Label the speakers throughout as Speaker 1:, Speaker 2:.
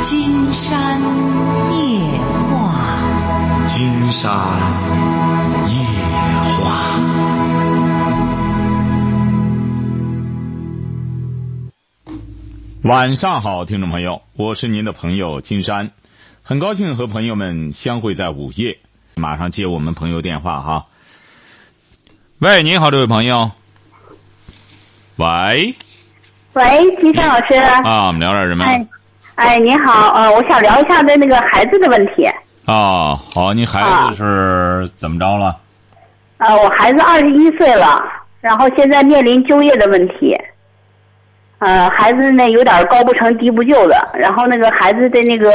Speaker 1: 金山夜话，
Speaker 2: 金山夜话。晚上好，听众朋友，我是您的朋友金山，很高兴和朋友们相会在午夜。马上接我们朋友电话哈。喂，您好，这位朋友。喂。
Speaker 3: 喂，金山老师。
Speaker 2: 啊，我们聊点什么？
Speaker 3: 哎，哎，您好，呃，我想聊一下对那个孩子的问题。
Speaker 2: 哦，好，您孩子是怎么着了？
Speaker 3: 呃，我孩子二十一岁了，然后现在面临就业的问题。呃，孩子呢有点高不成低不就的，然后那个孩子的那个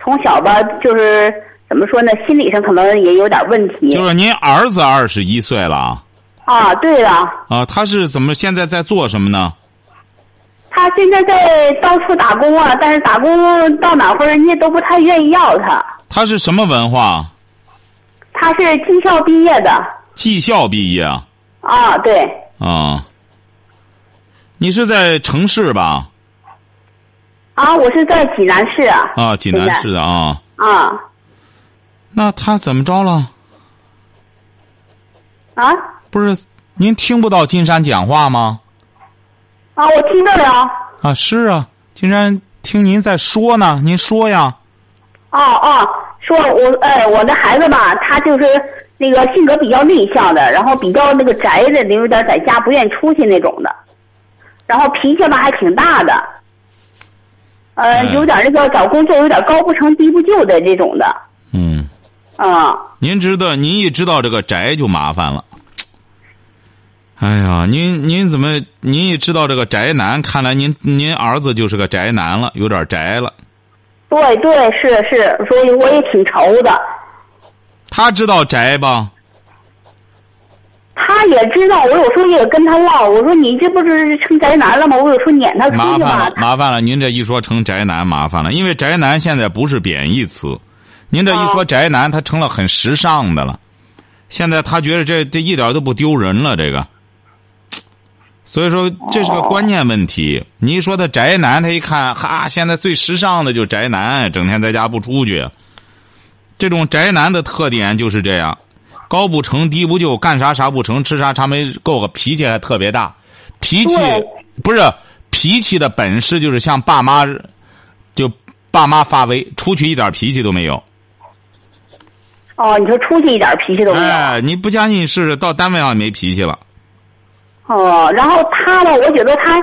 Speaker 3: 从小吧，就是怎么说呢，心理上可能也有点问题。
Speaker 2: 就是您儿子二十一岁了
Speaker 3: 啊，对了，
Speaker 2: 啊，他是怎么现在在做什么呢？
Speaker 3: 他现在在到处打工啊，但是打工到哪会儿人家都不太愿意要他。
Speaker 2: 他是什么文化？
Speaker 3: 他是技校毕业的
Speaker 2: 技校毕业啊？
Speaker 3: 啊，对，
Speaker 2: 啊，你是在城市吧？
Speaker 3: 啊，我是在济南市啊。
Speaker 2: 啊，济南市的啊。
Speaker 3: 啊
Speaker 2: 那他怎么着了？
Speaker 3: 啊
Speaker 2: 不是您听不到金山讲话吗？
Speaker 3: 啊！我听着了。
Speaker 2: 啊，是啊，金山听您在说呢，您说呀。
Speaker 3: 哦哦，说我哎，我的孩子吧，他就是那个性格比较内向的，然后比较那个宅的，有点在家不愿出去那种的，然后脾气吧还挺大的，呃，
Speaker 2: 嗯
Speaker 3: 有点那个找工作有点高不成低不就的这种的，
Speaker 2: 嗯，
Speaker 3: 嗯，
Speaker 2: 您知道，您一知道这个宅就麻烦了。哎呀，您您怎么您一知道这个宅男，看来您您儿子就是个宅男了，有点宅了。
Speaker 3: 对对是是，所以我也挺愁的。
Speaker 2: 他知道宅吧？
Speaker 3: 他也知道，我有时候也跟他唠，我说你这不是成宅男了吗？我有时候撵他出
Speaker 2: 麻
Speaker 3: 去
Speaker 2: 烦
Speaker 3: 吧
Speaker 2: 了，，麻烦了！您这一说成宅男，麻烦了，因为宅男现在不是贬义词，您这一说宅男，他成了很时尚的了。现在他觉得这这一点都不丢人了，这个。所以说这是个关键问题。你一说他宅男，他一看，哈，现在最时尚的就是宅男，整天在家不出去。这种宅男的特点就是这样，高不成低不就，干啥啥不成，吃啥啥没够个，脾气还特别大。脾气
Speaker 3: 对
Speaker 2: 不是脾气的本事，就是向爸妈，就爸妈发威，出去一点脾气都没有。
Speaker 3: 哦，你说出去一点脾气都没有。
Speaker 2: 哎，你不相信你试试，到单位上也没脾气了。
Speaker 3: 哦，然后他吧，我觉得他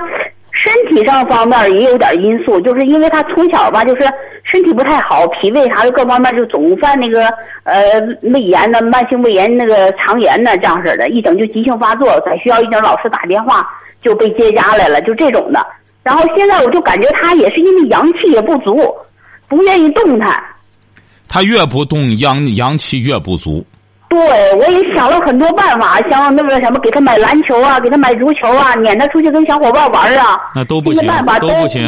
Speaker 3: 身体上方面也有点因素，就是因为他从小吧，就是身体不太好，脾胃啥的各方面就总犯那个呃胃炎呢、慢性胃炎那个肠炎呢这样式的，一整就急性发作，在学校一整老师打电话就被接家来了，就这种的。然后现在我就感觉他也是因为阳气也不足，不愿意动弹。
Speaker 2: 他越不动，阳阳气越不足。
Speaker 3: 对，我也想了很多办法，想那个什么，给他买篮球啊，给他买足球啊，撵他出去跟小伙伴玩啊。
Speaker 2: 那都不
Speaker 3: 这些
Speaker 2: 行
Speaker 3: 办法
Speaker 2: 都
Speaker 3: 都
Speaker 2: 不行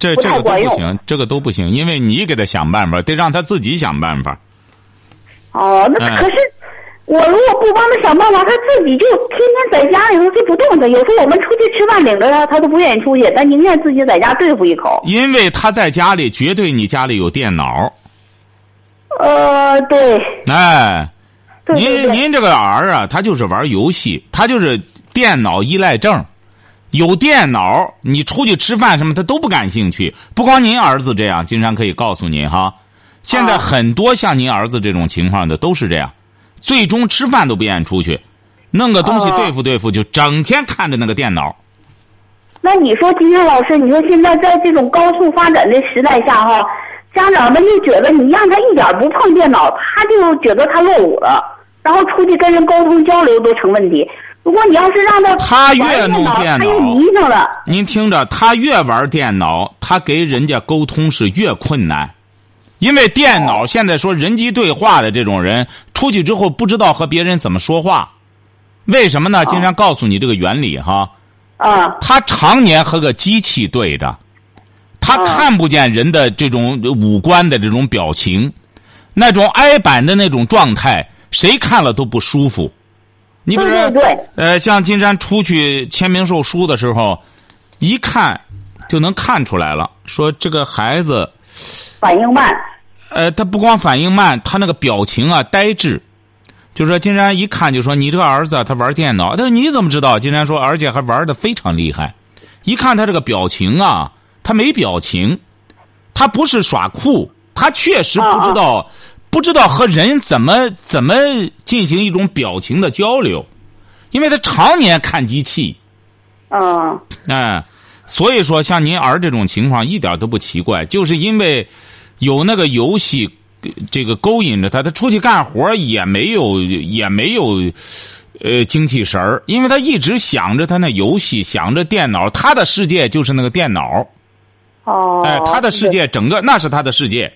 Speaker 2: 这
Speaker 3: 不
Speaker 2: 这个
Speaker 3: 太
Speaker 2: 都
Speaker 3: 管
Speaker 2: 不
Speaker 3: 用
Speaker 2: 行，这个都不行，因为你给他想办法，得让他自己想办法。
Speaker 3: 哦，那
Speaker 2: 哎
Speaker 3: 可是我如果不帮他想办法，他自己就天天在家里头就不动弹。有时候我们出去吃饭，领着他，他都不愿意出去，他宁愿自己在家对付一口。
Speaker 2: 因为他在家里，绝对你家里有电脑。
Speaker 3: 呃，对，
Speaker 2: 哎，
Speaker 3: 对对
Speaker 2: 您
Speaker 3: 对，
Speaker 2: 您这个儿啊，他就是玩游戏，他就是电脑依赖症。有电脑，你出去吃饭什么，他都不感兴趣。不光您儿子这样，金山可以告诉您哈，现在
Speaker 3: 啊
Speaker 2: 很多像您儿子这种情况的都是这样，最终吃饭都不愿意出去，弄个东西
Speaker 3: 哦
Speaker 2: 对付对付，就整天看着那个电脑。
Speaker 3: 那你说金星老师，你说现在在这种高速发展的时代下哈，家长们就觉得你让他一点不碰电脑，他就觉得他落伍了，然后出去跟人沟通交流都成问题。如果你要是让他
Speaker 2: 他越
Speaker 3: 玩
Speaker 2: 弄电
Speaker 3: 电他
Speaker 2: 脑
Speaker 3: 又迷上了。
Speaker 2: 您听着，他越玩电脑，他给人家沟通是越困难，因为电脑现在说人机对话的这种人，出去之后不知道和别人怎么说话，为什么呢？经常告诉你这个原理哈，
Speaker 3: 啊
Speaker 2: 他常年和个机器对着，他
Speaker 3: 哦
Speaker 2: 看不见人的这种五官的这种表情，那种挨板的那种状态，谁看了都不舒服。你比如说
Speaker 3: 对对对
Speaker 2: 呃，像金山出去签名售书的时候，一看就能看出来了，说这个孩子，
Speaker 3: 反应慢，
Speaker 2: 呃，他不光反应慢，他那个表情啊呆滞，就说金山一看就说你这个儿子啊他玩电脑，但是你怎么知道？金山说，而且还玩的非常厉害，一看他这个表情啊，他没表情，他不是耍酷，他确实不知道，不知道和人怎么怎么进行一种表情的交流，因为他常年看机器，
Speaker 3: 嗯，
Speaker 2: 哎，所以说像您儿这种情况一点都不奇怪，就是因为有那个游戏呃这个勾引着他，他出去干活儿也没有也没有呃精气神儿，因为他一直想着他那游戏，想着电脑，他的世界就是那个电脑，
Speaker 3: 哦，
Speaker 2: 哎，他的世界整个那是他的世界。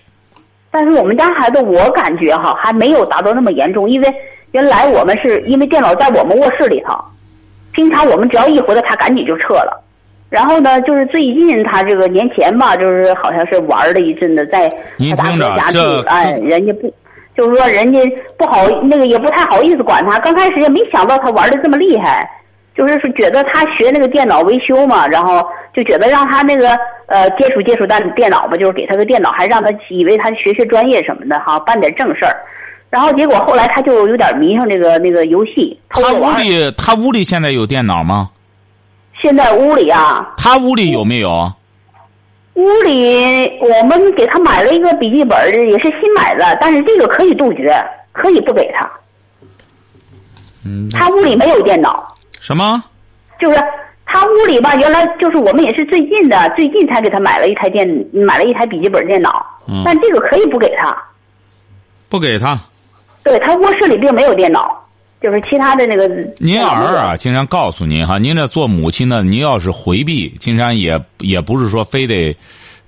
Speaker 3: 但是我们家孩子，我感觉哈还没有达到那么严重，因为原来我们是因为电脑在我们卧室里头，平常我们只要一回来，他赶紧就撤了。然后呢，就是最近他这个年前吧，就是好像是玩了一阵子，在
Speaker 2: 您
Speaker 3: 他大
Speaker 2: 听
Speaker 3: 哥
Speaker 2: 着
Speaker 3: 家住
Speaker 2: 这，
Speaker 3: 哎，人家不，就是说人家不好，那个也不太好意思管他。刚开始也没想到他玩的这么厉害，就是说觉得他学那个电脑维修嘛，然后就觉得让他那个呃接触接触电电脑吧，就是给他个电脑，还让他以为他学学专业什么的哈，办点正事儿。然后结果后来他就有点迷上这个那个游戏，偷
Speaker 2: 他
Speaker 3: 着玩
Speaker 2: 屋
Speaker 3: 儿。
Speaker 2: 里他屋里现在有电脑吗？
Speaker 3: 现在屋里啊，
Speaker 2: 他屋里有没有？
Speaker 3: 屋里我们给他买了一个笔记本儿，也是新买的，但是这个可以杜绝，可以不给他。
Speaker 2: 嗯，
Speaker 3: 他屋里没有电脑，
Speaker 2: 什么？
Speaker 3: 就是他屋里吧，原来就是我们也是最近的，最近才给他买了一台电，买了一台笔记本电脑
Speaker 2: 嗯，
Speaker 3: 但这个可以不给他。
Speaker 2: 不给他。
Speaker 3: 对他卧室里并没有电脑，就是其他的那个。
Speaker 2: 您儿啊，金山告诉您哈，您这做母亲的，您要是回避，金山也也不是说非得，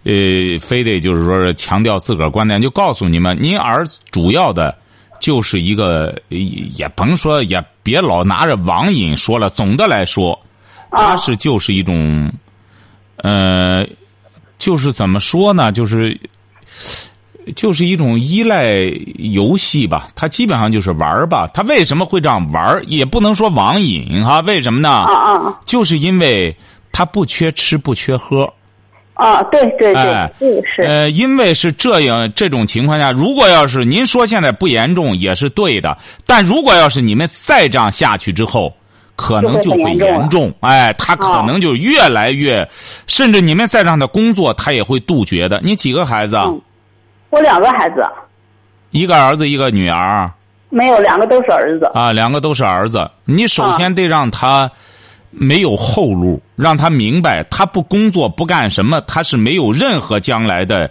Speaker 2: 呃，非得就是说是强调自个儿观点，就告诉你们，您儿主要的就是一个，呃也甭说也别老拿着网瘾说了，总的来说，
Speaker 3: 啊
Speaker 2: 他是就是一种，呃，就是怎么说呢，就是。就是一种依赖游戏吧，他基本上就是玩儿吧。他为什么会这样玩儿？也不能说网瘾哈，为什么呢？
Speaker 3: 啊啊
Speaker 2: 就是因为他不缺吃不缺喝，
Speaker 3: 啊！对对
Speaker 2: 哎
Speaker 3: 对，这个是
Speaker 2: 呃，因为是这样这种情况下，如果要是您说现在不严重也是对的，但如果要是你们再这样下去之后，可能就
Speaker 3: 就会
Speaker 2: 会
Speaker 3: 哦很严重了
Speaker 2: 严重，哎，他可能就越来越，甚至你们再让他工作，他也会杜绝的。你几个孩子啊？
Speaker 3: 嗯我两个孩子，
Speaker 2: 一个儿子，一个女儿。
Speaker 3: 没有两个都是儿子。
Speaker 2: 啊，两个都是儿子，你首先得让他没有后路，让他明白他不工作不干什么，他是没有任何将来的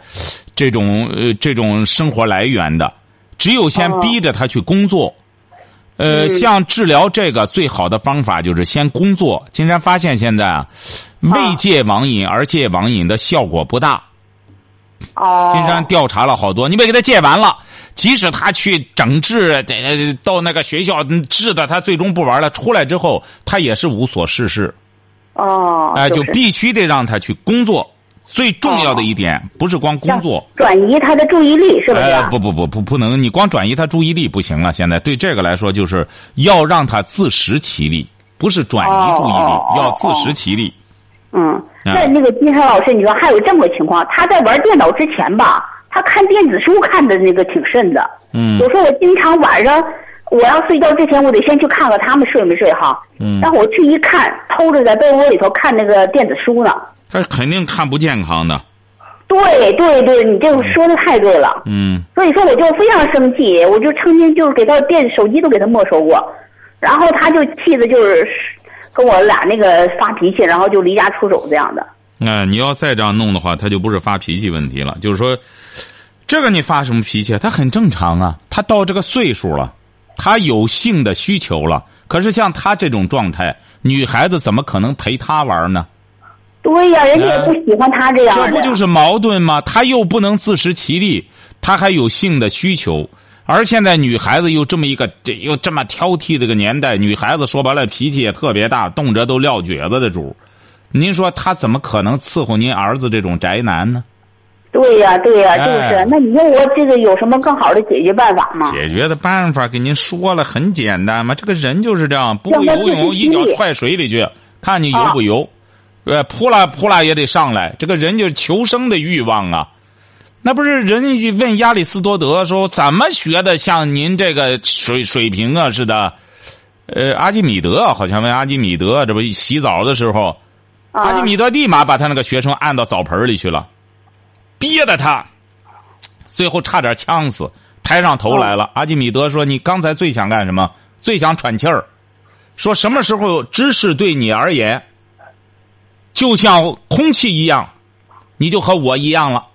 Speaker 2: 这种呃这种生活来源的。只有先
Speaker 3: 哦
Speaker 2: 逼着他去工作。呃，
Speaker 3: 嗯
Speaker 2: 像治疗这个最好的方法就是先工作。金山发现现在啊，未戒网瘾而戒网瘾的效果不大。
Speaker 3: 哦，
Speaker 2: 金山调查了好多，你别给他戒完了。即使他去整治，这呃到那个学校嗯治的，他最终不玩了。出来之后，他也是无所事事，
Speaker 3: 哦，
Speaker 2: 哎、就是必须得让他去工作。最重要的一点，不是光工
Speaker 3: 哦
Speaker 2: 作，
Speaker 3: 转移他的注意力，是不啊是
Speaker 2: 哎、？不不不不不能，你光转移他注意力不行了。现在对这个来说，就是要让他自食其力，不是转移注意力，
Speaker 3: 哦哦哦
Speaker 2: 要自食其力。
Speaker 3: 嗯，那
Speaker 2: 嗯
Speaker 3: 那个金山老师，你说还有这么个情况，他在玩电脑之前吧，他看电子书看的那个挺甚的。
Speaker 2: 嗯
Speaker 3: 有时候我经常晚上我要睡觉之前，我得先去看看他们睡没睡哈。
Speaker 2: 嗯
Speaker 3: 然，后我去一看，偷着在被窝里头看那个电子书呢。
Speaker 2: 他肯定看不健康的。
Speaker 3: 对对对，你这个说的太对了。
Speaker 2: 嗯
Speaker 3: 所以说我就非常生气，我就曾经就是给他电手机都给他没收过，然后他就气的就是跟我俩那个发脾气，然后就离家出走这样的。
Speaker 2: 那、你要再这样弄的话，他就不是发脾气问题了，就是说，这个你发什么脾气啊？他很正常啊，他到这个岁数了，他有性的需求了。可是像他这种状态，女孩子怎么可能陪他玩呢？
Speaker 3: 对呀、人家也不喜欢他这样的。
Speaker 2: 这不就是矛盾吗？他又不能自食其力，他还有性的需求，而现在女孩子又这么一个这又这么挑剔这个年代，女孩子说白了脾气也特别大，动辄都撂蹶子的主儿。您说他怎么可能伺候您儿子这种宅男呢？
Speaker 3: 对呀、对呀、就是。
Speaker 2: 哎
Speaker 3: 那你说我这个有什么更好的解决办法吗？
Speaker 2: 解决的办法给您说了，很简单嘛。这个人就是这样，不会
Speaker 3: 让他
Speaker 2: 游
Speaker 3: 自食
Speaker 2: 泳
Speaker 3: 其
Speaker 2: 一脚
Speaker 3: 力啊
Speaker 2: 踹水里去，看你游不游。呃，扑啦扑啦也得上来。这个人就是求生的欲望啊。那不是人家问亚里士多德说怎么学的像您这个水水平啊似的？呃，阿基米德好像问阿基米德，这不洗澡的时候，阿基
Speaker 3: 啊
Speaker 2: 米德立马把他那个学生按到澡盆里去了，憋得他，最后差点呛死，抬上头来
Speaker 3: 哦
Speaker 2: 了。阿基米德说：“你刚才最想干什么？最想喘气儿。”说什么时候知识对你而言，就像空气一样，你就和我一样了。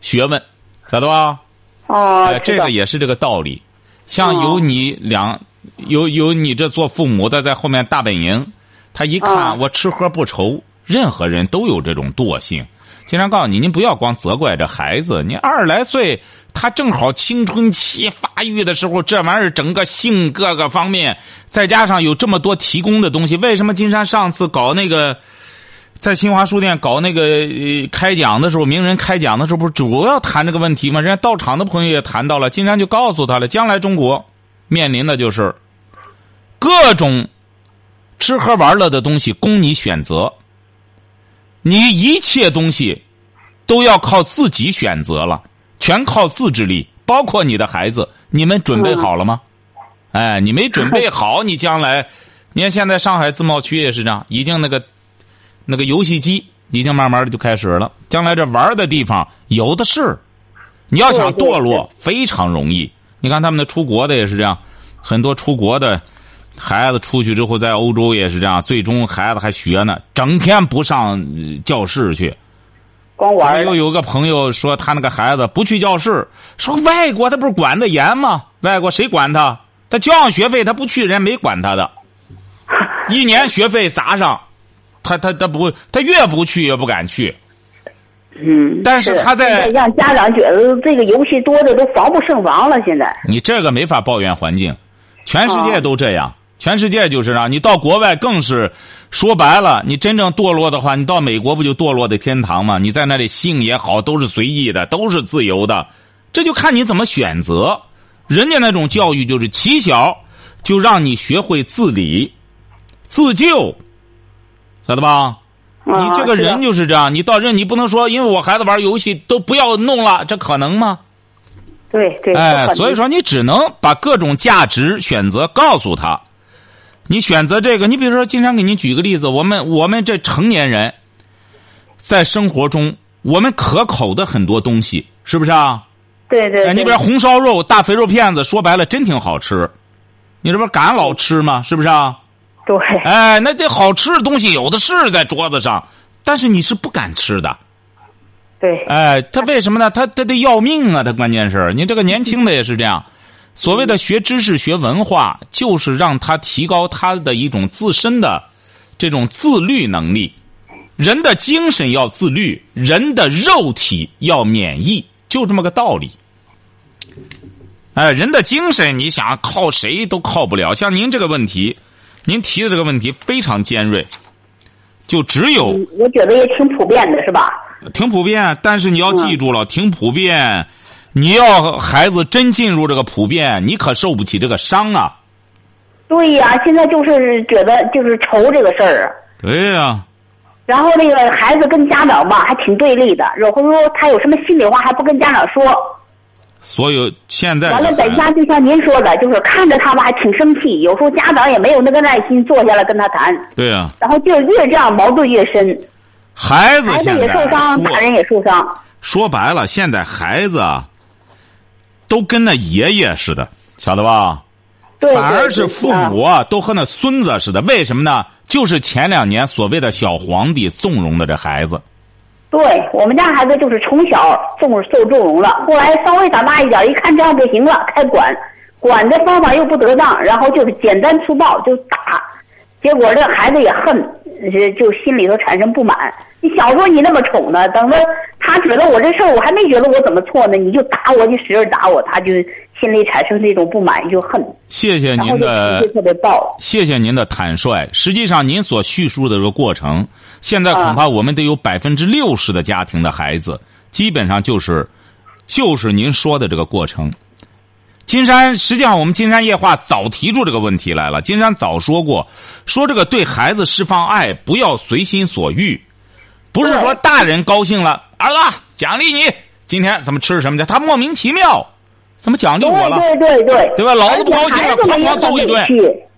Speaker 2: 学问，晓得吧？
Speaker 3: 哦、
Speaker 2: 哎，这
Speaker 3: 知道
Speaker 2: 个也是这个道理。像有
Speaker 3: 哦
Speaker 2: 你两，有有你这做父母的在后面大本营，他一
Speaker 3: 啊
Speaker 2: 看我吃喝不愁，任何人都有这种惰性。经常告诉你，您不要光责怪这孩子，你二十来岁，他正好青春期发育的时候，这玩意儿整个性各个方面，再加上有这么多提供的东西，为什么金山上次搞那个？在新华书店搞那个、呃、开讲的时候，名人开讲的时候，不是主要谈这个问题吗？人家到场的朋友也谈到了，金山就告诉他了，将来中国面临的就是各种吃喝玩乐的东西供你选择，你一切东西都要靠自己选择了，全靠自制力，包括你的孩子，你们准
Speaker 3: 嗯
Speaker 2: 备好了吗？哎，你没准备好， 你将来，你看现在上海自贸区也是这样，已经那个那个游戏机已经慢慢的就开始了，将来这玩儿的地方有的是，你要想
Speaker 3: 对对
Speaker 2: 堕落非常容易。你看他们的出国的也是这样，很多出国的孩子出去之后，在欧洲也是这样，最终孩子还学呢，整天不上呃教室去。
Speaker 3: 光玩
Speaker 2: 还
Speaker 3: 儿
Speaker 2: 又哎有个朋友说，他那个孩子不去教室，说外国他不是管得严吗？外国谁管他？他交上学费，他不去，人家没管他的。一年学费砸上，他他他不，他越不去越不敢去。
Speaker 3: 嗯，
Speaker 2: 但是他在
Speaker 3: 现让家长觉得这个游戏多的都防不胜防了。现在
Speaker 2: 你这个没法抱怨环境，全世界
Speaker 3: 哦
Speaker 2: 都这样，全世界就是啊。你到国外更是，说白了，你真正堕落的话，你到美国不就堕落的天堂吗？你在那里性也好，都是随意的，都是自由的，这就看你怎么选择。人家那种教育就是起小就让你学会自理、自救，晓得吧？
Speaker 3: 啊
Speaker 2: 你这个
Speaker 3: 是的
Speaker 2: 人就是这样，你到这你不能说，因为我孩子玩游戏都不要弄了，这可能吗？
Speaker 3: 对对，
Speaker 2: 哎
Speaker 3: 不，可
Speaker 2: 所以
Speaker 3: 能
Speaker 2: 说你只能把各种价值选择告诉他。你选择这个，你比如说，经常给您举个例子，我们我们这成年人，在生活中，我们可口的很多东西，是不是啊？
Speaker 3: 对对，
Speaker 2: 哎，
Speaker 3: 对
Speaker 2: 你比如红烧肉、大肥肉片子，说白了真挺好吃，你这不是敢老吃吗？是不是啊？
Speaker 3: 对
Speaker 2: 哎，那这好吃的东西有的是在桌子上，但是你是不敢吃的。
Speaker 3: 对
Speaker 2: 哎，他为什么呢？他他得要命啊！他关键是你这个年轻的也是这样，所谓的学知识、学文化，就是让他提高他的一种自身的这种自律能力。人的精神要自律，人的肉体要免疫，就这么个道理。哎，人的精神，你想靠谁都靠不了。像您这个问题，您提的这个问题非常尖锐，就只有
Speaker 3: 我觉得也挺普遍的，是吧？
Speaker 2: 挺普遍，但是你
Speaker 3: 嗯
Speaker 2: 要记住了，挺普遍。你要孩子真进入这个普遍，你可受不起这个伤啊！
Speaker 3: 对呀、现在就是觉得就是愁这个事儿。啊
Speaker 2: 对呀、
Speaker 3: 然后那个孩子跟家长吧还挺对立的，有时候他有什么心里话还不跟家长说，
Speaker 2: 所有现在
Speaker 3: 完了
Speaker 2: 的
Speaker 3: 在
Speaker 2: 孩
Speaker 3: 家就像您说的，就是看着他吧还挺生气，有时候家长也没有那个耐心坐下来跟他谈，
Speaker 2: 对呀、
Speaker 3: 然后就越这样矛盾越深，
Speaker 2: 孩子
Speaker 3: 孩子
Speaker 2: 现
Speaker 3: 也
Speaker 2: 在
Speaker 3: 受伤，啊
Speaker 2: 说
Speaker 3: 大人也受伤。
Speaker 2: 说白了，现在孩子啊，都跟那爷爷似的，晓得吧？
Speaker 3: 对，
Speaker 2: 反而
Speaker 3: 对嗯
Speaker 2: 是父母。啊，都和那孙子似的。为什么呢？就是前两年所谓的小皇帝纵容的这孩子。
Speaker 3: 对对我们家孩子就是从小纵受纵容了，后来稍微长大一点，一看这样不行了，开管，管的方法又不得当，然后就是简单粗暴就打，结果这孩子也恨，呃就心里头产生不满。你小时候你那么宠呢，等着他觉得我这事儿我还没觉得我怎么错呢，你就打我，你使劲打我，他就心里产生这种不满，就恨，
Speaker 2: 谢谢
Speaker 3: 然后
Speaker 2: 您
Speaker 3: 就
Speaker 2: 的
Speaker 3: 脾气特别暴。
Speaker 2: 谢谢您的坦率。实际上，您所叙述的这个过程，现在恐怕我们得有百分之六十的家庭的孩子，基本上就是，就是您说的这个过程。金山实际上，我们金山夜话早提出这个问题来了。金山早说过，说这个对孩子释放爱，不要随心所欲，不是说大人高兴了，儿子奖励你，今天咱们吃什么去？他莫名其妙，怎么奖励我了？
Speaker 3: 对对对对，
Speaker 2: 对吧？老子不高兴了，哐哐揍一顿。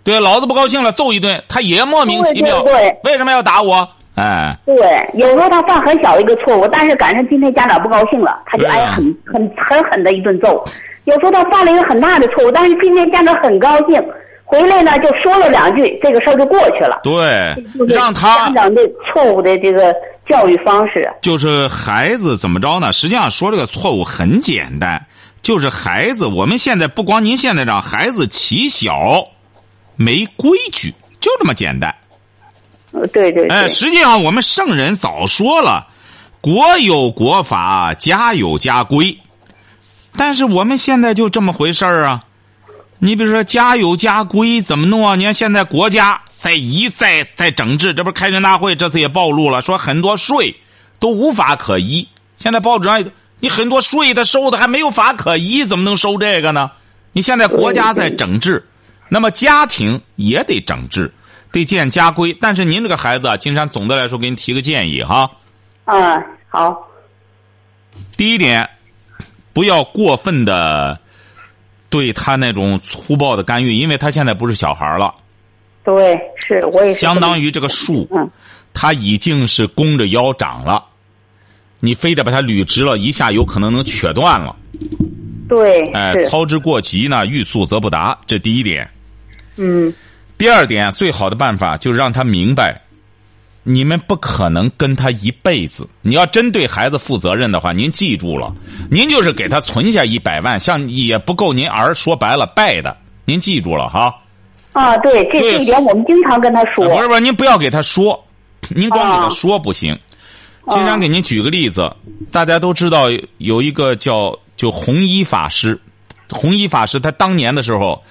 Speaker 2: 对，老子不高兴了，揍一顿。他也莫名其妙，
Speaker 3: 对对
Speaker 2: 为什么要打我？哎，
Speaker 3: 对，有时候他犯很小一个错误，但是赶上今天家长不高兴了，他就
Speaker 2: 对啊
Speaker 3: 挨很很狠狠的一顿揍。有时候他犯了一个很大的错误，但是今天家长很高兴，回来呢就说了两句，这个事儿就过去了。
Speaker 2: 对
Speaker 3: 就，是
Speaker 2: 让他
Speaker 3: 家长的错误的这个教育方式，
Speaker 2: 就是孩子怎么着呢？实际上说这个错误很简单，就是孩子，我们现在不光您现在让孩子起小没规矩，就这么简单。
Speaker 3: 呃对对对，
Speaker 2: 哎，实际上我们圣人早说了，国有国法，家有家规。但是我们现在就这么回事儿啊！你比如说，家有家规怎么弄啊？你看现在国家在一再在整治，这不是开人大会这次也暴露了，说很多税都无法可依。现在报纸上你很多税他收的还没有法可依，怎么能收这个呢？你现在国家在整治，那么家庭也得整治，得建家规。但是您这个孩子啊，金山总的来说给你提个建议哈。
Speaker 3: 嗯，好，
Speaker 2: 第一点，不要过分的对他那种粗暴的干预，因为他现在不是小孩了，
Speaker 3: 对，是我也是
Speaker 2: 相当
Speaker 3: 于
Speaker 2: 于这个树
Speaker 3: 嗯，
Speaker 2: 他已经是弓着腰长了，你非得把它捋直了，一下有可能能撅断了。
Speaker 3: 对，
Speaker 2: 哎，
Speaker 3: 是
Speaker 2: 操之过急呢，欲速则不达，这第一点。
Speaker 3: 嗯，
Speaker 2: 第二点，最好的办法就是让他明白，你们不可能跟他一辈子。你要真对孩子负责任的话，您记住了，您就是给他存下一百万，像也不够您儿说白了败的，您记住了哈。
Speaker 3: 啊，对，这
Speaker 2: 对
Speaker 3: 这一点我们经常跟他说，
Speaker 2: 啊不是不是，您不要给他说，您光给他说不行。金山
Speaker 3: 啊
Speaker 2: 给您举个例子，大家都知道有一个叫就弘一法师，弘一法师他当年的时候，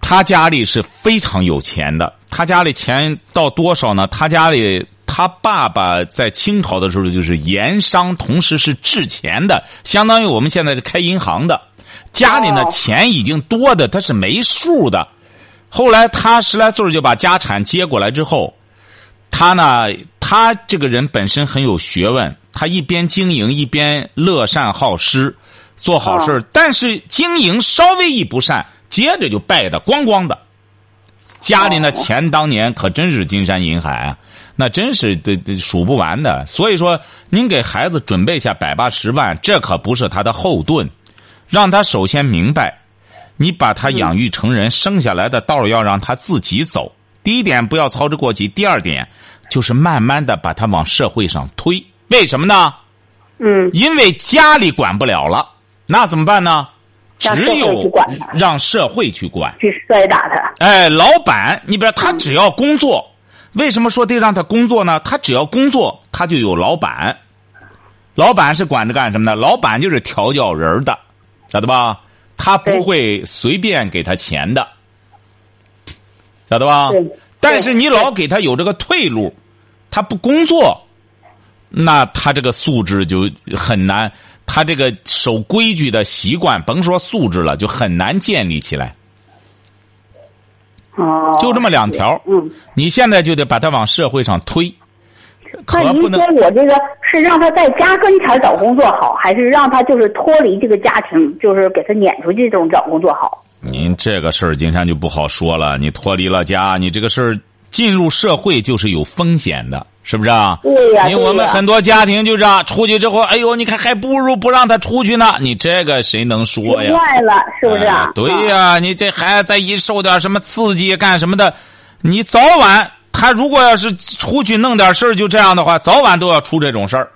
Speaker 2: 他家里是非常有钱的，他家里钱到多少呢？他家里他爸爸在清朝的时候就是盐商，同时是制钱的，相当于我们现在是开银行的。家里呢
Speaker 3: 哦
Speaker 2: 钱已经多的他是没数的，后来他十来岁儿就把家产接过来之后，他呢，他这个人本身很有学问，他一边经营一边乐善好施，做好事儿、但是经营稍微一不善，接着就败得光光的。家里那
Speaker 3: 哦
Speaker 2: 钱当年可真是金山银海啊，那真是这这数不完的。所以说，您给孩子准备下百八十万，这可不是他的后盾，让他首先明白，你把他养育成人，生下来的道儿要让他自己走。第一点，不要操之过急；第二点，就是慢慢的把他往社会上推。为什么呢？
Speaker 3: 嗯，
Speaker 2: 因为家里管不了了，那怎么办呢？只
Speaker 3: 让社会去
Speaker 2: 有
Speaker 3: 管他
Speaker 2: 让社会去管。
Speaker 3: 去摔打他，
Speaker 2: 哎，老板，你比如他只要工作，为什么说得让他工作呢？他只要工作，他就有老板。老板是管着干什么的？老板就是调教人儿的，晓得吧？他不
Speaker 3: 对
Speaker 2: 会随便给他钱的，晓得吧
Speaker 3: 对？
Speaker 2: 但是你老给他有这个退路，他不工作，那他这个素质就很难，他这个守规矩的习惯，甭说素质了，就很难建立起来。
Speaker 3: 哦，
Speaker 2: 就这么两条。
Speaker 3: 嗯，
Speaker 2: 你现在就得把他往社会上推，可
Speaker 3: 那
Speaker 2: 不
Speaker 3: 您
Speaker 2: 能
Speaker 3: 说我这个是让他在家跟前儿找工作好，还是让他就是脱离这个家庭，就是给他撵出去这种找工作好？
Speaker 2: 您这个事儿，金山就不好说了。你脱离了家，你这个事儿进入社会就是有风险的，是不是啊？
Speaker 3: 对呀
Speaker 2: 因为我
Speaker 3: 对
Speaker 2: 们
Speaker 3: 呀
Speaker 2: 很多家庭就这样，出去之后，哎呦，你看还不如不让他出去呢。你这个谁能说呀？
Speaker 3: 乱了是不是啊
Speaker 2: 哎？对呀、你这孩子再一受点什么刺激干什么的，你早晚他如果要是出去弄点事儿就这样的话，早晚都要出这种事儿。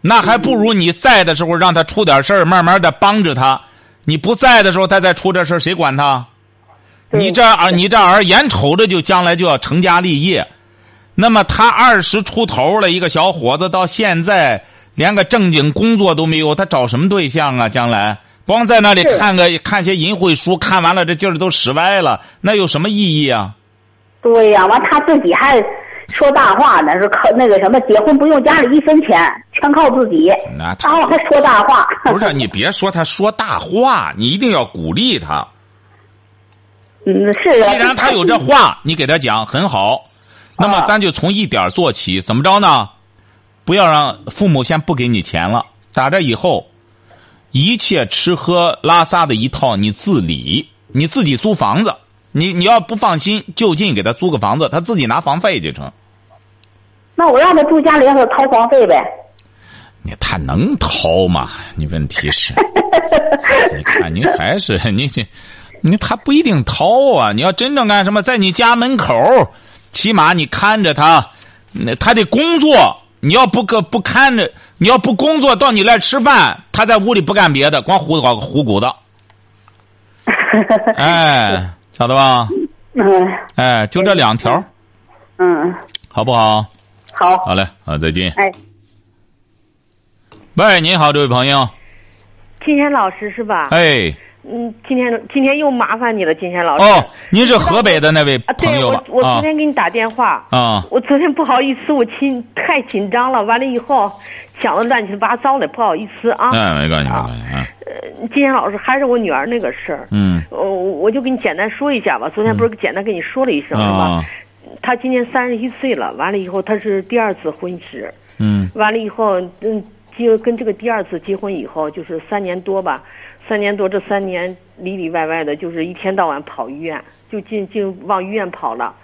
Speaker 2: 那还不如你在的时候让他出点事儿，慢慢的帮着他。你不在的时候，他再出这事儿，谁管他？
Speaker 3: 对
Speaker 2: 你这儿，啊你这儿眼瞅着就将来就要成家立业，那么他二十出头了，一个小伙子到现在连个正经工作都没有，他找什么对象啊？将来光在那里
Speaker 3: 是
Speaker 2: 看个看些淫秽书，看完了这劲儿都使歪了，那有什么意义啊？
Speaker 3: 对呀、完他自己还说大话呢，是靠那个什么结婚不用家里一分钱，全靠自己。
Speaker 2: 那
Speaker 3: 然
Speaker 2: 他
Speaker 3: 后还说大话，
Speaker 2: 不是啊你别说他说大话，你一定要鼓励他。
Speaker 3: 嗯，是啊。
Speaker 2: 既然他有这话，你给他讲很好。那么
Speaker 3: 啊
Speaker 2: 咱就从一点儿做起，怎么着呢？不要让父母先不给你钱了，打这以后，一切吃喝拉撒的一套你自理，你自己租房子。你你要不放心，就近给他租个房子，他自己拿房费就成。
Speaker 3: 那我让他住家里，让他掏房费呗。
Speaker 2: 你他能掏吗？你问题 是，你看您还是 你这，你他不一定掏啊。你要真正干什么，在你家门口，起码你看着他，那他得工作。你要不个不看着，你要不工作到你那儿吃饭，他在屋里不干别的，光胡搞胡鼓捣。哎，晓得吧？
Speaker 3: 嗯
Speaker 2: 哎，就这两条，
Speaker 3: 嗯，
Speaker 2: 好不好？
Speaker 3: 好，
Speaker 2: 好嘞，好，再见。
Speaker 3: 哎，
Speaker 2: 喂，你好，这位朋友。
Speaker 4: 金山老师是吧？
Speaker 2: 哎，
Speaker 4: 嗯，今天今天又麻烦你了，金山老师。
Speaker 2: 哦，您是河北的那位
Speaker 4: 啊，
Speaker 2: 朋
Speaker 4: 对，
Speaker 2: 友
Speaker 4: 我
Speaker 2: 吧？
Speaker 4: 我
Speaker 2: 啊
Speaker 4: 昨天给你打电话，
Speaker 2: 啊，
Speaker 4: 我昨天不好意思，我紧太紧张了，完了以后想的乱七八糟的，不好意思啊。
Speaker 2: 哎，没关系，没关系啊。
Speaker 4: 金山老师还是我女儿那个事儿。呃
Speaker 2: 嗯，
Speaker 4: 我我就给你简单说一下吧，昨天不是简单跟你说了一声、是吧
Speaker 2: 啊？，
Speaker 4: 她今年三十一岁了，完了以后她是第二次婚史，
Speaker 2: 嗯
Speaker 4: 完了以后，嗯，就跟这个第二次结婚以后，就是三年多吧，三年多这三年里里外外的，就是一天到晚跑医院，就进就往医院跑了。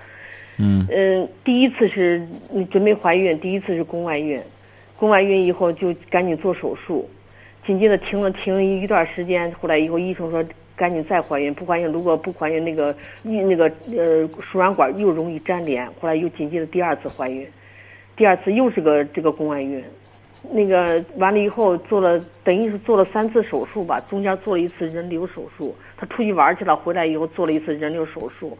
Speaker 2: 嗯
Speaker 4: 嗯，第一次是嗯准备怀孕，第一次是宫外孕，宫外孕以后就赶紧做手术，紧接着停了停了一段时间，后来以后医生说赶紧再怀孕，不怀孕如果不怀孕那个孕那个呃输卵管又容易粘连，后来又紧接着第二次怀孕，第二次又是个这个宫外孕，那个完了以后做了等于是做了三次手术吧，中间做了一次人流手术，他出去玩去了，回来以后做了一次人流手术。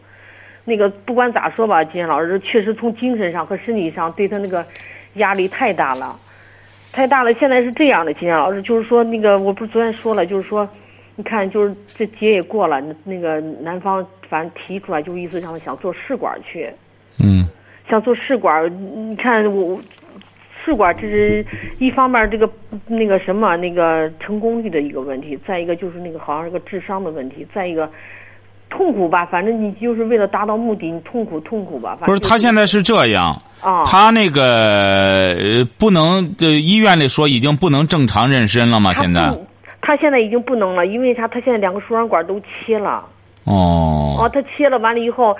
Speaker 4: 那个不管咋说吧，金燕老师确实从精神上和身体上对他那个压力太大了，太大了。现在是这样的，金燕老师就是说那个，我不是昨天说了，就是说，你看就是这节也过了，那个男方反正提出来就意思让他想做试管去，
Speaker 2: 嗯
Speaker 4: 想做试管儿，你看我我试管儿这是一方面儿这个那个什么那个成功率的一个问题，再一个就是那个好像是个智商的问题，再一个痛苦吧，反正你就是为了达到目的，你痛苦痛苦吧。反
Speaker 2: 不是，
Speaker 4: 正
Speaker 2: 他现
Speaker 4: 在
Speaker 2: 在是这样，
Speaker 4: 啊，
Speaker 2: 他那个呃不能，这医院里说已经不能正常妊娠了吗？
Speaker 4: 他
Speaker 2: 现在哦
Speaker 4: 不他现在已经不能了，因为啥？他现在两个输卵管都切了。
Speaker 2: 哦
Speaker 4: 哦，，他切了完了以后，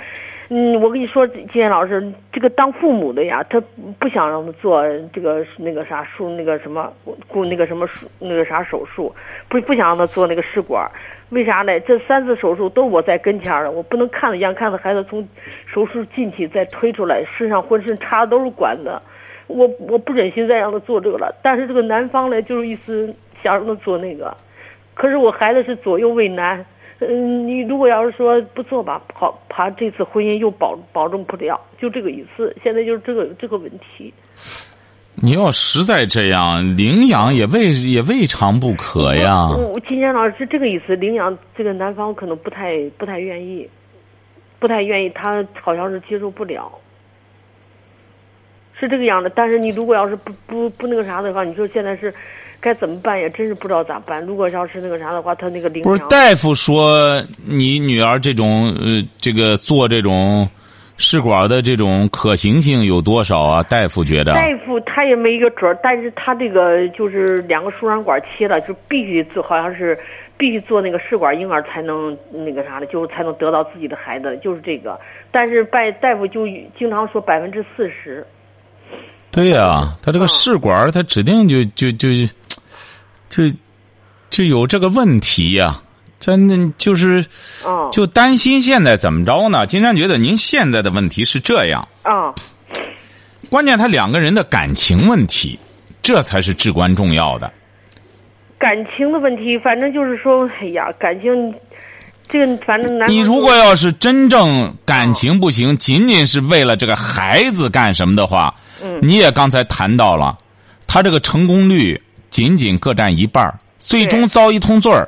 Speaker 4: 嗯，我跟你说，金燕老师，这个当父母的呀，他不想让他做这个那个啥术那个什么顾那个什么术那个啥手术，不不想让他做那个试管儿，为啥呢？这三次手术都我在跟前儿了，我不能看着眼看着孩子从手术进去再推出来，身上浑身插的都是管子，我我不忍心再让他做这个了。但是这个男方呢，就是意思想让他做那个，可是我孩子是左右为难。嗯，你如果要是说不做吧，怕怕这次婚姻又保保证不了，就这个意思。现在就是这个这个问题。
Speaker 2: 你要实在这样，领养也未也未尝不可哎呀。
Speaker 4: 我我金山老师是这个意思，领养这个男方可能不太不太愿意，不太愿意，他好像是接受不了，是这个样的。但是你如果要是不不不那个啥的话，你说现在是该怎么办？也真是不知道咋办。如果要是那个啥的话，他那个领
Speaker 2: 不是
Speaker 4: 养
Speaker 2: 大夫说你女儿这种呃这个做这种试管的这种可行性有多少啊？大夫觉得
Speaker 4: 大夫他也没一个准儿，但是他这个就是两个输卵管切了，就必须做，好像是必须做那个试管婴儿才能那个啥的，就才能得到自己的孩子，就是这个。但是拜大夫就经常说百分之四十，
Speaker 2: 对呀、他这个试管儿，他指定就就就就就有这个问题呀、真的就是
Speaker 4: 嗯，
Speaker 2: 就担心现在怎么着呢？金山觉得您现在的问题是这样，
Speaker 4: 啊、
Speaker 2: 关键他两个人的感情问题，这才是至关重要的。
Speaker 4: 感情的问题，反正就是说，哎呀，感情，这个反正男方
Speaker 2: 你如果要是真正感情不行，仅仅是为了这个孩子干什么的话，你也刚才谈到了，他这个成功率仅仅各占一半儿最终遭一通罪儿。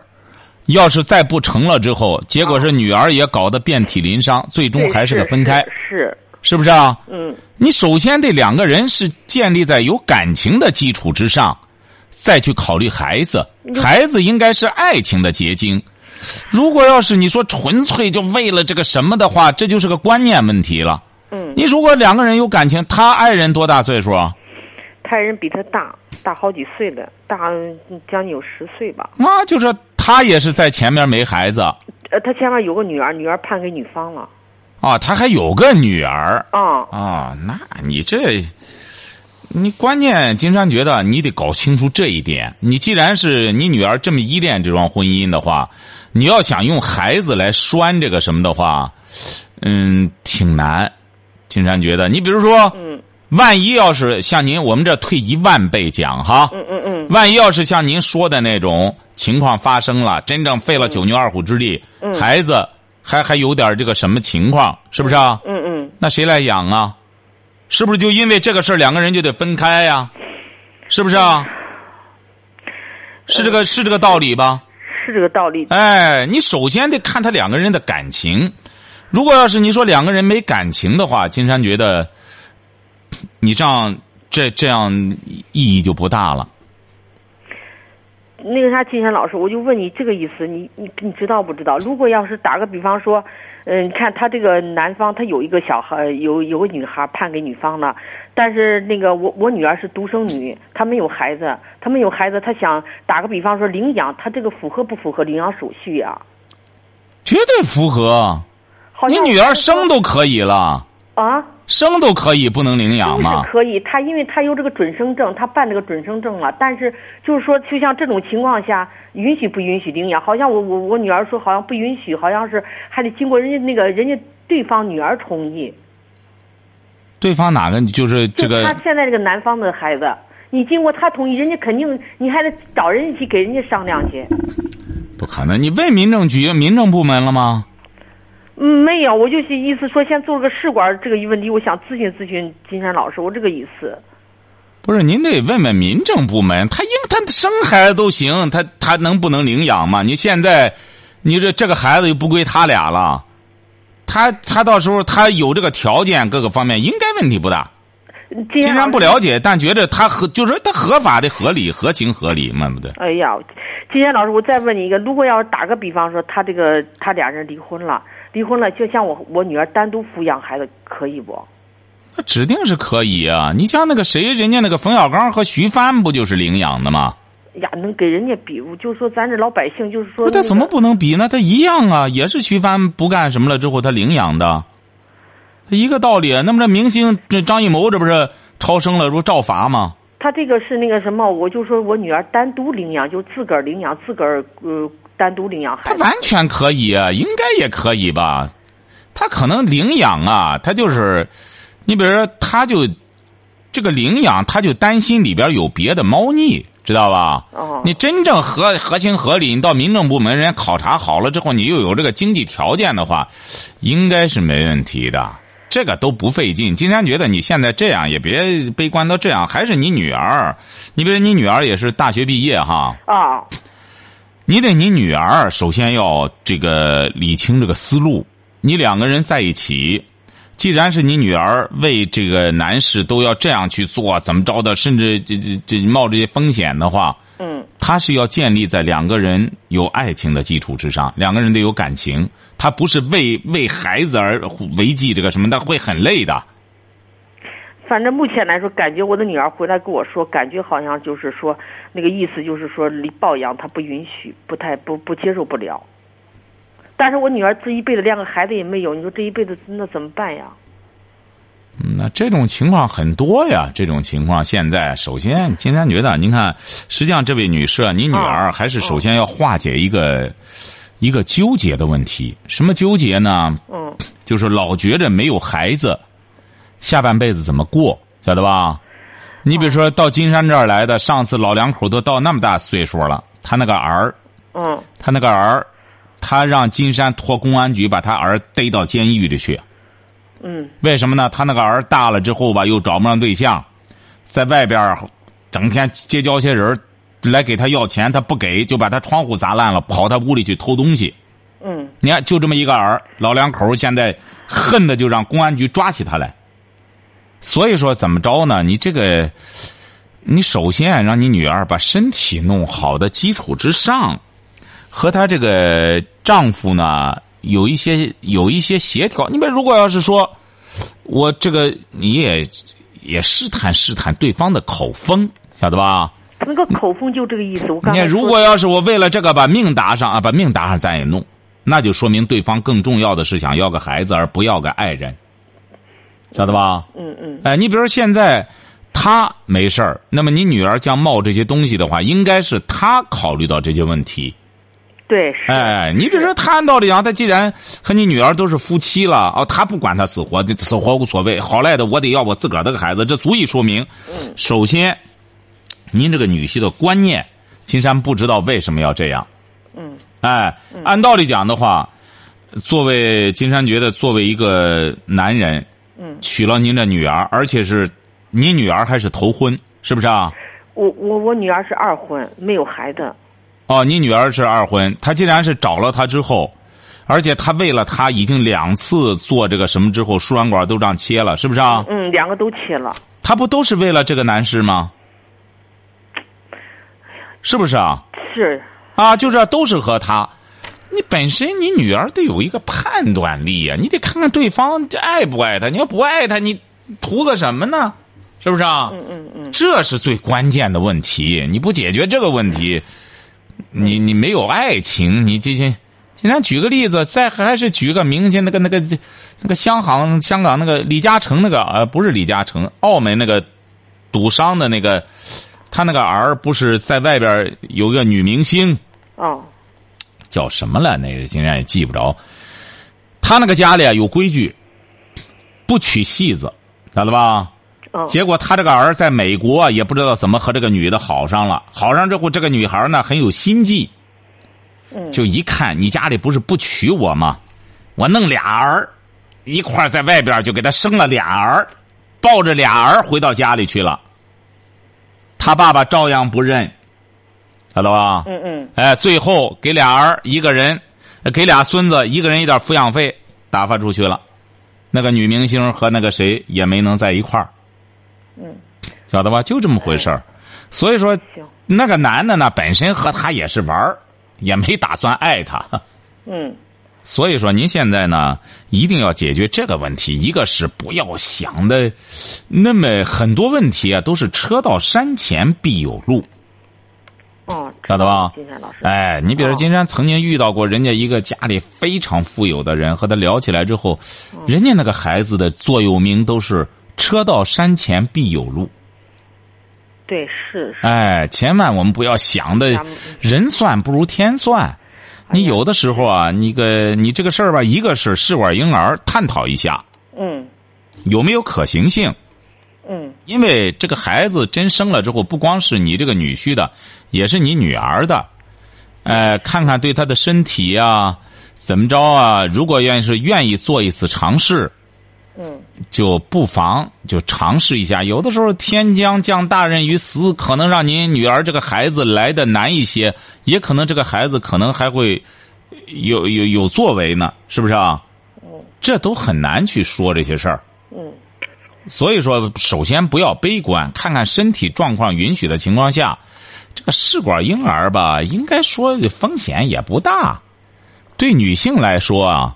Speaker 2: 要是再不成了之后，结果是女儿也搞得遍体鳞伤，最终
Speaker 4: 对
Speaker 2: 还是个分开。
Speaker 4: 是是
Speaker 2: 是不是啊？
Speaker 4: 嗯，
Speaker 2: 你首先这两个人是建立在有感情的基础之上，再去考虑孩子。
Speaker 4: 嗯
Speaker 2: 孩子应该是爱情的结晶。如果要是你说纯粹就为了这个什么的话，这就是个观念问题了。
Speaker 4: 嗯，
Speaker 2: 你如果两个人有感情，他爱人多大岁数啊？
Speaker 4: 他人比他大大好几岁了，大嗯将近有十岁吧。
Speaker 2: 啊，就是他也是在前面没孩子
Speaker 4: 呃，他前面有个女儿，女儿判给女方了。
Speaker 2: 啊，他还有个女儿
Speaker 4: 啊、
Speaker 2: 啊。那你这，你关键金山觉得你得搞清楚这一点。你既然是你女儿这么依恋这桩婚姻的话，你要想用孩子来拴这个什么的话，嗯，挺难。金山觉得，你比如说，
Speaker 4: 嗯
Speaker 2: 万一要是像您，我们这退一万倍讲哈，
Speaker 4: 嗯嗯嗯，
Speaker 2: 万一要是像您说的那种情况发生了，真正费了九牛二虎之力，
Speaker 4: 嗯
Speaker 2: 孩子还还有点这个什么情况，是不是啊？
Speaker 4: 嗯嗯，
Speaker 2: 那谁来养啊？是不是就因为这个事儿，两个人就得分开呀、是不是啊？是这个是这个道理吧？
Speaker 4: 是这个道理。
Speaker 2: 哎，你首先得看他两个人的感情。如果要是你说两个人没感情的话，金山觉得你这样这这样意义就不大了。
Speaker 4: 那个啥，金山老师，我就问你这个意思，你你你知道不知道？如果要是打个比方说，嗯、你看他这个男方他有一个小孩，有有个女孩判给女方了，但是那个我我女儿是独生女，她没有孩子，她没有孩子，她想打个比方说领养，她这个符合不符合领养手续呀、
Speaker 2: 绝对符合。
Speaker 4: 好
Speaker 2: 你
Speaker 4: 像
Speaker 2: 女儿生都可以了，
Speaker 4: 啊，
Speaker 2: 生都可以，不能领养
Speaker 4: 都
Speaker 2: 吗
Speaker 4: 是？可以，他因为他有这个准生证，他办这个准生证了。但是就是说，就像这种情况下，允许不允许领养？好像我我我女儿说好像不允许，好像是还得经过人家那个人家对方女儿同意。
Speaker 2: 对方哪个就是这
Speaker 4: 就
Speaker 2: 个
Speaker 4: 他现在这个男方的孩子，你经过他同意，人家肯定你还得找人家去给人家商量去。
Speaker 2: 不可能？你问民政局、民政部门了吗？
Speaker 4: 嗯，没有，我就是意思说先做个试管这个问题，我想咨询咨询金山老师，我这个意思。
Speaker 2: 不是，您得问问民政部门，他应他生孩子都行，他他能不能领养吗？你现在，你这这个孩子又不归他俩了，他他到时候他有这个条件，各个方面应该问题不大。
Speaker 4: 金
Speaker 2: 竟
Speaker 4: 山老
Speaker 2: 然
Speaker 4: 师
Speaker 2: 不了解，但觉着他合就是说他合法的合理、合情合理嘛，对不对？
Speaker 4: 哎呀，金山老师，我再问你一个，如果要是打个比方说，他这个他俩人离婚了，离婚了，就像我我女儿单独抚养孩子，可以不？
Speaker 2: 那指定是可以啊！你像那个谁，人家那个冯小刚和徐帆不就是领养的吗？
Speaker 4: 呀，能给人家比，我就说咱这老百姓，就是
Speaker 2: 不，
Speaker 4: 说、那
Speaker 2: 他
Speaker 4: 个，
Speaker 2: 怎么不能比呢？他一样啊，也是徐帆不干什么了之后他领养的，他一个道理啊。那么这明星这张艺谋这不是超生了，不照罚吗？
Speaker 4: 他这个是那个什么？我就说我女儿单独领养，就自个儿领养，自个儿呃单独领养
Speaker 2: 他
Speaker 4: 孩子。
Speaker 2: 完全可以啊，应该也可以吧？他可能领养啊，他就是，你比如说，他就这个领养，他就担心里边有别的猫腻，知道吧？
Speaker 4: 哦
Speaker 2: 你真正合合情合理，你到民政部门人家考察好了之后，你又有这个经济条件的话，应该是没问题的。这个都不费劲。金山觉得你现在这样也别悲观到这样，还是你女儿，你比如你女儿也是大学毕业哈，
Speaker 4: 啊，
Speaker 2: 你得你女儿首先要这个理清这个思路。你两个人在一起，既然是你女儿为这个男士都要这样去做，怎么着的，甚至这这这冒这些风险的话，
Speaker 4: 嗯
Speaker 2: 他是要建立在两个人有爱情的基础之上，两个人得有感情，他不是为为孩子而维系这个什么，那会很累的。
Speaker 4: 反正目前来说，感觉我的女儿回来跟我说，感觉好像就是说那个意思就是说离抱养她不允许，不太不不接受不了。但是我女儿这一辈子连个孩子也没有，你说这一辈子那怎么办呀？
Speaker 2: 嗯那这种情况很多呀，这种情况现在首先，金山觉得，您看，实际上这位女士，啊，你女儿
Speaker 4: 啊
Speaker 2: 还是首先要化解一个一个纠结的问题。什么纠结呢？
Speaker 4: 嗯，
Speaker 2: 就是老觉着没有孩子，下半辈子怎么过，晓得吧？你比如说到金山这儿来的，上次老两口都到那么大岁数了，他那个儿，
Speaker 4: 嗯，
Speaker 2: 他那个儿，他让金山托公安局把他儿逮到监狱里去。
Speaker 4: 嗯，
Speaker 2: 为什么呢？他那个儿大了之后吧，又找不上对象，在外边儿整天结交些人儿来给他要钱，他不给，就把他窗户砸烂了，跑他屋里去偷东西。
Speaker 4: 嗯，
Speaker 2: 你看，就这么一个儿，老两口现在恨的就让公安局抓起他来。所以说，怎么着呢？你这个，你首先让你女儿把身体弄好的基础之上，和她这个丈夫呢有一些有一些协调。你们如果要是说，我这个你也也试探试探对方的口风，晓得吧？
Speaker 4: 那个口风就这个意思。我刚
Speaker 2: 你
Speaker 4: 才
Speaker 2: 看，如
Speaker 4: 说
Speaker 2: 果要是我为了这个把命搭上啊，把命搭上咱也弄，那就说明对方更重要的是想要个孩子，而不要个爱人，晓得吧？
Speaker 4: 嗯嗯
Speaker 2: 哎，你比如说现在他没事儿，那么你女儿将冒这些东西的话，应该是他考虑到这些问题。
Speaker 4: 对是
Speaker 2: 哎，你比如说他按道理啊讲，他既然和你女儿都是夫妻了，哦，他不管他死活，这死活无所谓，好赖的我得要我自个儿的孩子，这足以说明，
Speaker 4: 嗯
Speaker 2: 首先，您这个女婿的观念，金山不知道为什么要这样。
Speaker 4: 嗯
Speaker 2: 哎，按道理讲的话，作为金山觉得作为一个男人，
Speaker 4: 嗯
Speaker 2: 娶了您这女儿，而且是你女儿还是头婚，是不是啊？
Speaker 4: 我我我女儿是二婚，没有孩子。
Speaker 2: 哦，你女儿是二婚，她既然是找了他之后，而且她为了他已经两次做这个什么之后，输卵管都让切了，是不是啊？
Speaker 4: 嗯，两个都切了。
Speaker 2: 她不都是为了这个男士吗？是不是啊？
Speaker 4: 是，
Speaker 2: 啊，就这都是和他。你本身你女儿得有一个判断力呀、你得看看对方这爱不爱他。你要不爱他，你图个什么呢？是不是啊？
Speaker 4: 嗯嗯嗯，
Speaker 2: 这是最关键的问题。你不解决这个问题，你你没有爱情，你这些。经常举个例子，再还是举个明星那个那个那个香港香港那个李嘉诚那个呃不是李嘉诚，澳门那个赌商的那个，他那个儿不是在外边有个女明星，
Speaker 4: 哦，
Speaker 2: 叫什么了？那个竟然也记不着。他那个家里啊有规矩，不娶戏子，晓得吧？
Speaker 4: 哦，
Speaker 2: 结果他这个儿在美国啊也不知道怎么和这个女的好上了，好上之后这个女孩呢很有心计，
Speaker 4: 嗯
Speaker 2: 就一看你家里不是不娶我吗？我弄俩儿，一块儿在外边就给他生了俩儿，抱着俩儿回到家里去了。他爸爸照样不认，晓得吧？
Speaker 4: 嗯嗯，
Speaker 2: 哎，最后给俩儿一个人，呃给俩孙子一个人一点抚养费打发出去了。那个女明星和那个谁也没能在一块儿。
Speaker 4: 嗯，
Speaker 2: 晓得吧？就这么回事儿。所以说，
Speaker 4: 行，
Speaker 2: 那个男的呢，本身和他也是玩儿，也没打算爱她。
Speaker 4: 嗯
Speaker 2: 所以说，您现在呢，一定要解决这个问题。一个是不要想的，那么很多问题啊，都是车到山前必有路。
Speaker 4: 哦，
Speaker 2: 晓得吧
Speaker 4: 金山老师，哦
Speaker 2: 哎，你比如说金山曾经遇到过人家一个家里非常富有的人，和他聊起来之后，
Speaker 4: 嗯
Speaker 2: 人家那个孩子的座右铭都是“车到山前必有路”。
Speaker 4: 对是是，
Speaker 2: 哎，千万我们不要想的
Speaker 4: 咱们
Speaker 2: 人算不如天算。
Speaker 4: 哎
Speaker 2: 你有的时候啊，你个你这个事儿吧，一个是试管婴儿探讨一下
Speaker 4: 嗯
Speaker 2: 有没有可行性，
Speaker 4: 嗯
Speaker 2: 因为这个孩子真生了之后，不光是你这个女婿的，也是你女儿的。呃，看看对他的身体啊，怎么着啊？如果愿意是愿意做一次尝试，
Speaker 4: 嗯，
Speaker 2: 就不妨就尝试一下。有的时候天将降大任于斯，可能让您女儿这个孩子来的难一些，也可能这个孩子可能还会有有有作为呢，是不是啊？这都很难去说这些事儿。
Speaker 4: 嗯，
Speaker 2: 所以说，首先不要悲观，看看身体状况允许的情况下，这个试管婴儿吧，应该说风险也不大。对女性来说啊，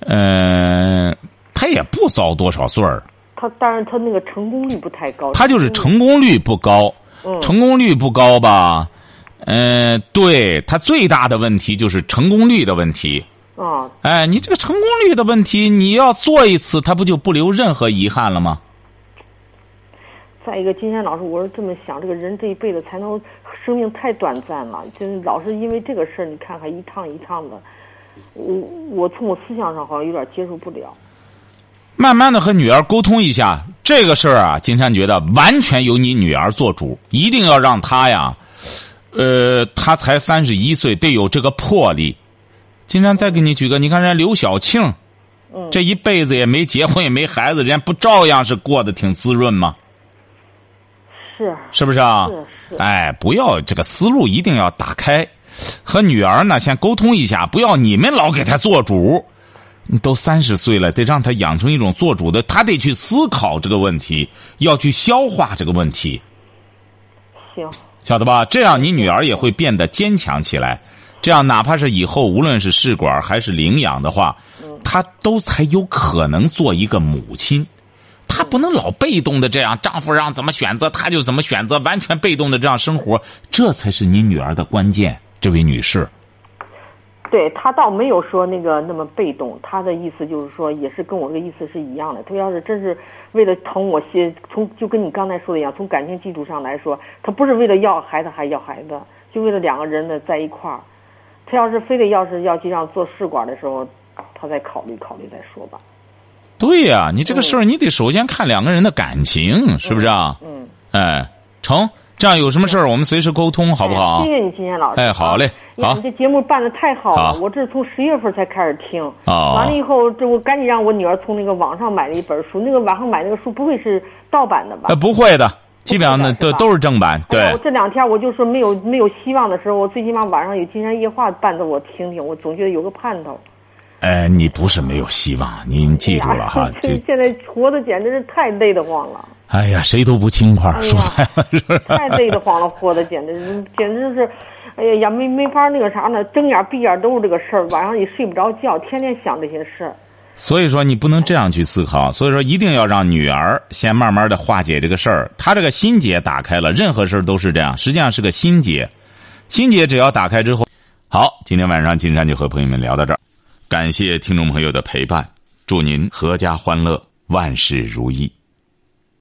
Speaker 2: 嗯，她也不遭多少罪儿，
Speaker 4: 他但是他那个成功率不太高，
Speaker 2: 她就是成功率不高。
Speaker 4: 嗯
Speaker 2: 成功率不高吧？嗯、对，她最大的问题就是成功率的问题。
Speaker 4: 啊，
Speaker 2: 哎，你这个成功率的问题，你要做一次，她不就不留任何遗憾了吗？
Speaker 4: 再一个，金山老师，我是这么想，这个人这一辈子才能，生命太短暂了，就是老是因为这个事儿，你看看一趟一趟的，我我从我思想上好像有点接受不了。
Speaker 2: 慢慢的和女儿沟通一下这个事儿啊，金山觉得完全由你女儿做主，一定要让她呀，呃，她才三十一岁，得有这个魄力。金山再给你举个，你看人家刘晓庆，这一辈子也没结婚也没孩子，人家不照样是过得挺滋润吗？
Speaker 4: 是
Speaker 2: 是不是啊？
Speaker 4: 是是
Speaker 2: 哎，不要这个思路一定要打开，和女儿呢先沟通一下，不要你们老给她做主。你都三十岁了，得让她养成一种做主的，她得去思考这个问题，要去消化这个问题，
Speaker 4: 行，
Speaker 2: 晓得吧？这样你女儿也会变得坚强起来。这样，哪怕是以后无论是试管还是领养的话，
Speaker 4: 嗯
Speaker 2: 她都才有可能做一个母亲。她不能老被动的这样，丈夫让怎么选择，她就怎么选择，完全被动的这样生活，这才是你女儿的关键。这位女士，
Speaker 4: 对他倒没有说那个那么被动，他的意思就是说，也是跟我这个意思是一样的。他要是真是为了疼我些，从就跟你刚才说的一样，从感情基础上来说，他不是为了要孩子还要孩子，就为了两个人呢在一块儿。他要是非得要是要去让做试管的时候，他再考虑考虑再说吧。
Speaker 2: 对呀、你这个事儿你得首先看两个人的感情，是不是啊？
Speaker 4: 嗯，
Speaker 2: 哎，成，这样有什么事儿我们随时沟通，好不好啊
Speaker 4: 谢？谢你，金天老师。
Speaker 2: 哎好嘞
Speaker 4: 哎呀
Speaker 2: 好
Speaker 4: 你这节目办的太好
Speaker 2: 好
Speaker 4: 了，我这是从十月份才开始听。
Speaker 2: 哦
Speaker 4: 完了以后，这我赶紧让我女儿从那个网上买了一本书，那个网上买那个书不会是盗版的吧？
Speaker 2: 呃，不会的，基本上呢
Speaker 4: 是吧
Speaker 2: 都都是正版，
Speaker 4: 哎呀
Speaker 2: 对
Speaker 4: 我。这两天我就说没有没有希望的时候，我最起码晚上有《金山夜话》伴着我听听，我总觉得有个盼头。
Speaker 2: 哎，你不是没有希望，您记住了哈
Speaker 4: 哎呀，
Speaker 2: 这
Speaker 4: 这现在活的简直是太累得慌了，哎
Speaker 2: 哎呀，谁都不轻快，说白了是
Speaker 4: 太累得慌了，活的简直是简直是，哎呀呀没没法那个啥呢，睁眼闭眼都是这个事儿，晚上也睡不着觉，天天想这些事儿。
Speaker 2: 所以说你不能这样去思考，所以说一定要让女儿先慢慢的化解这个事儿。她这个心结打开了，任何事儿都是这样，实际上是个心结。心结只要打开之后，好，今天晚上金山就和朋友们聊到这儿，感谢听众朋友的陪伴，祝您阖家欢乐，万事如意。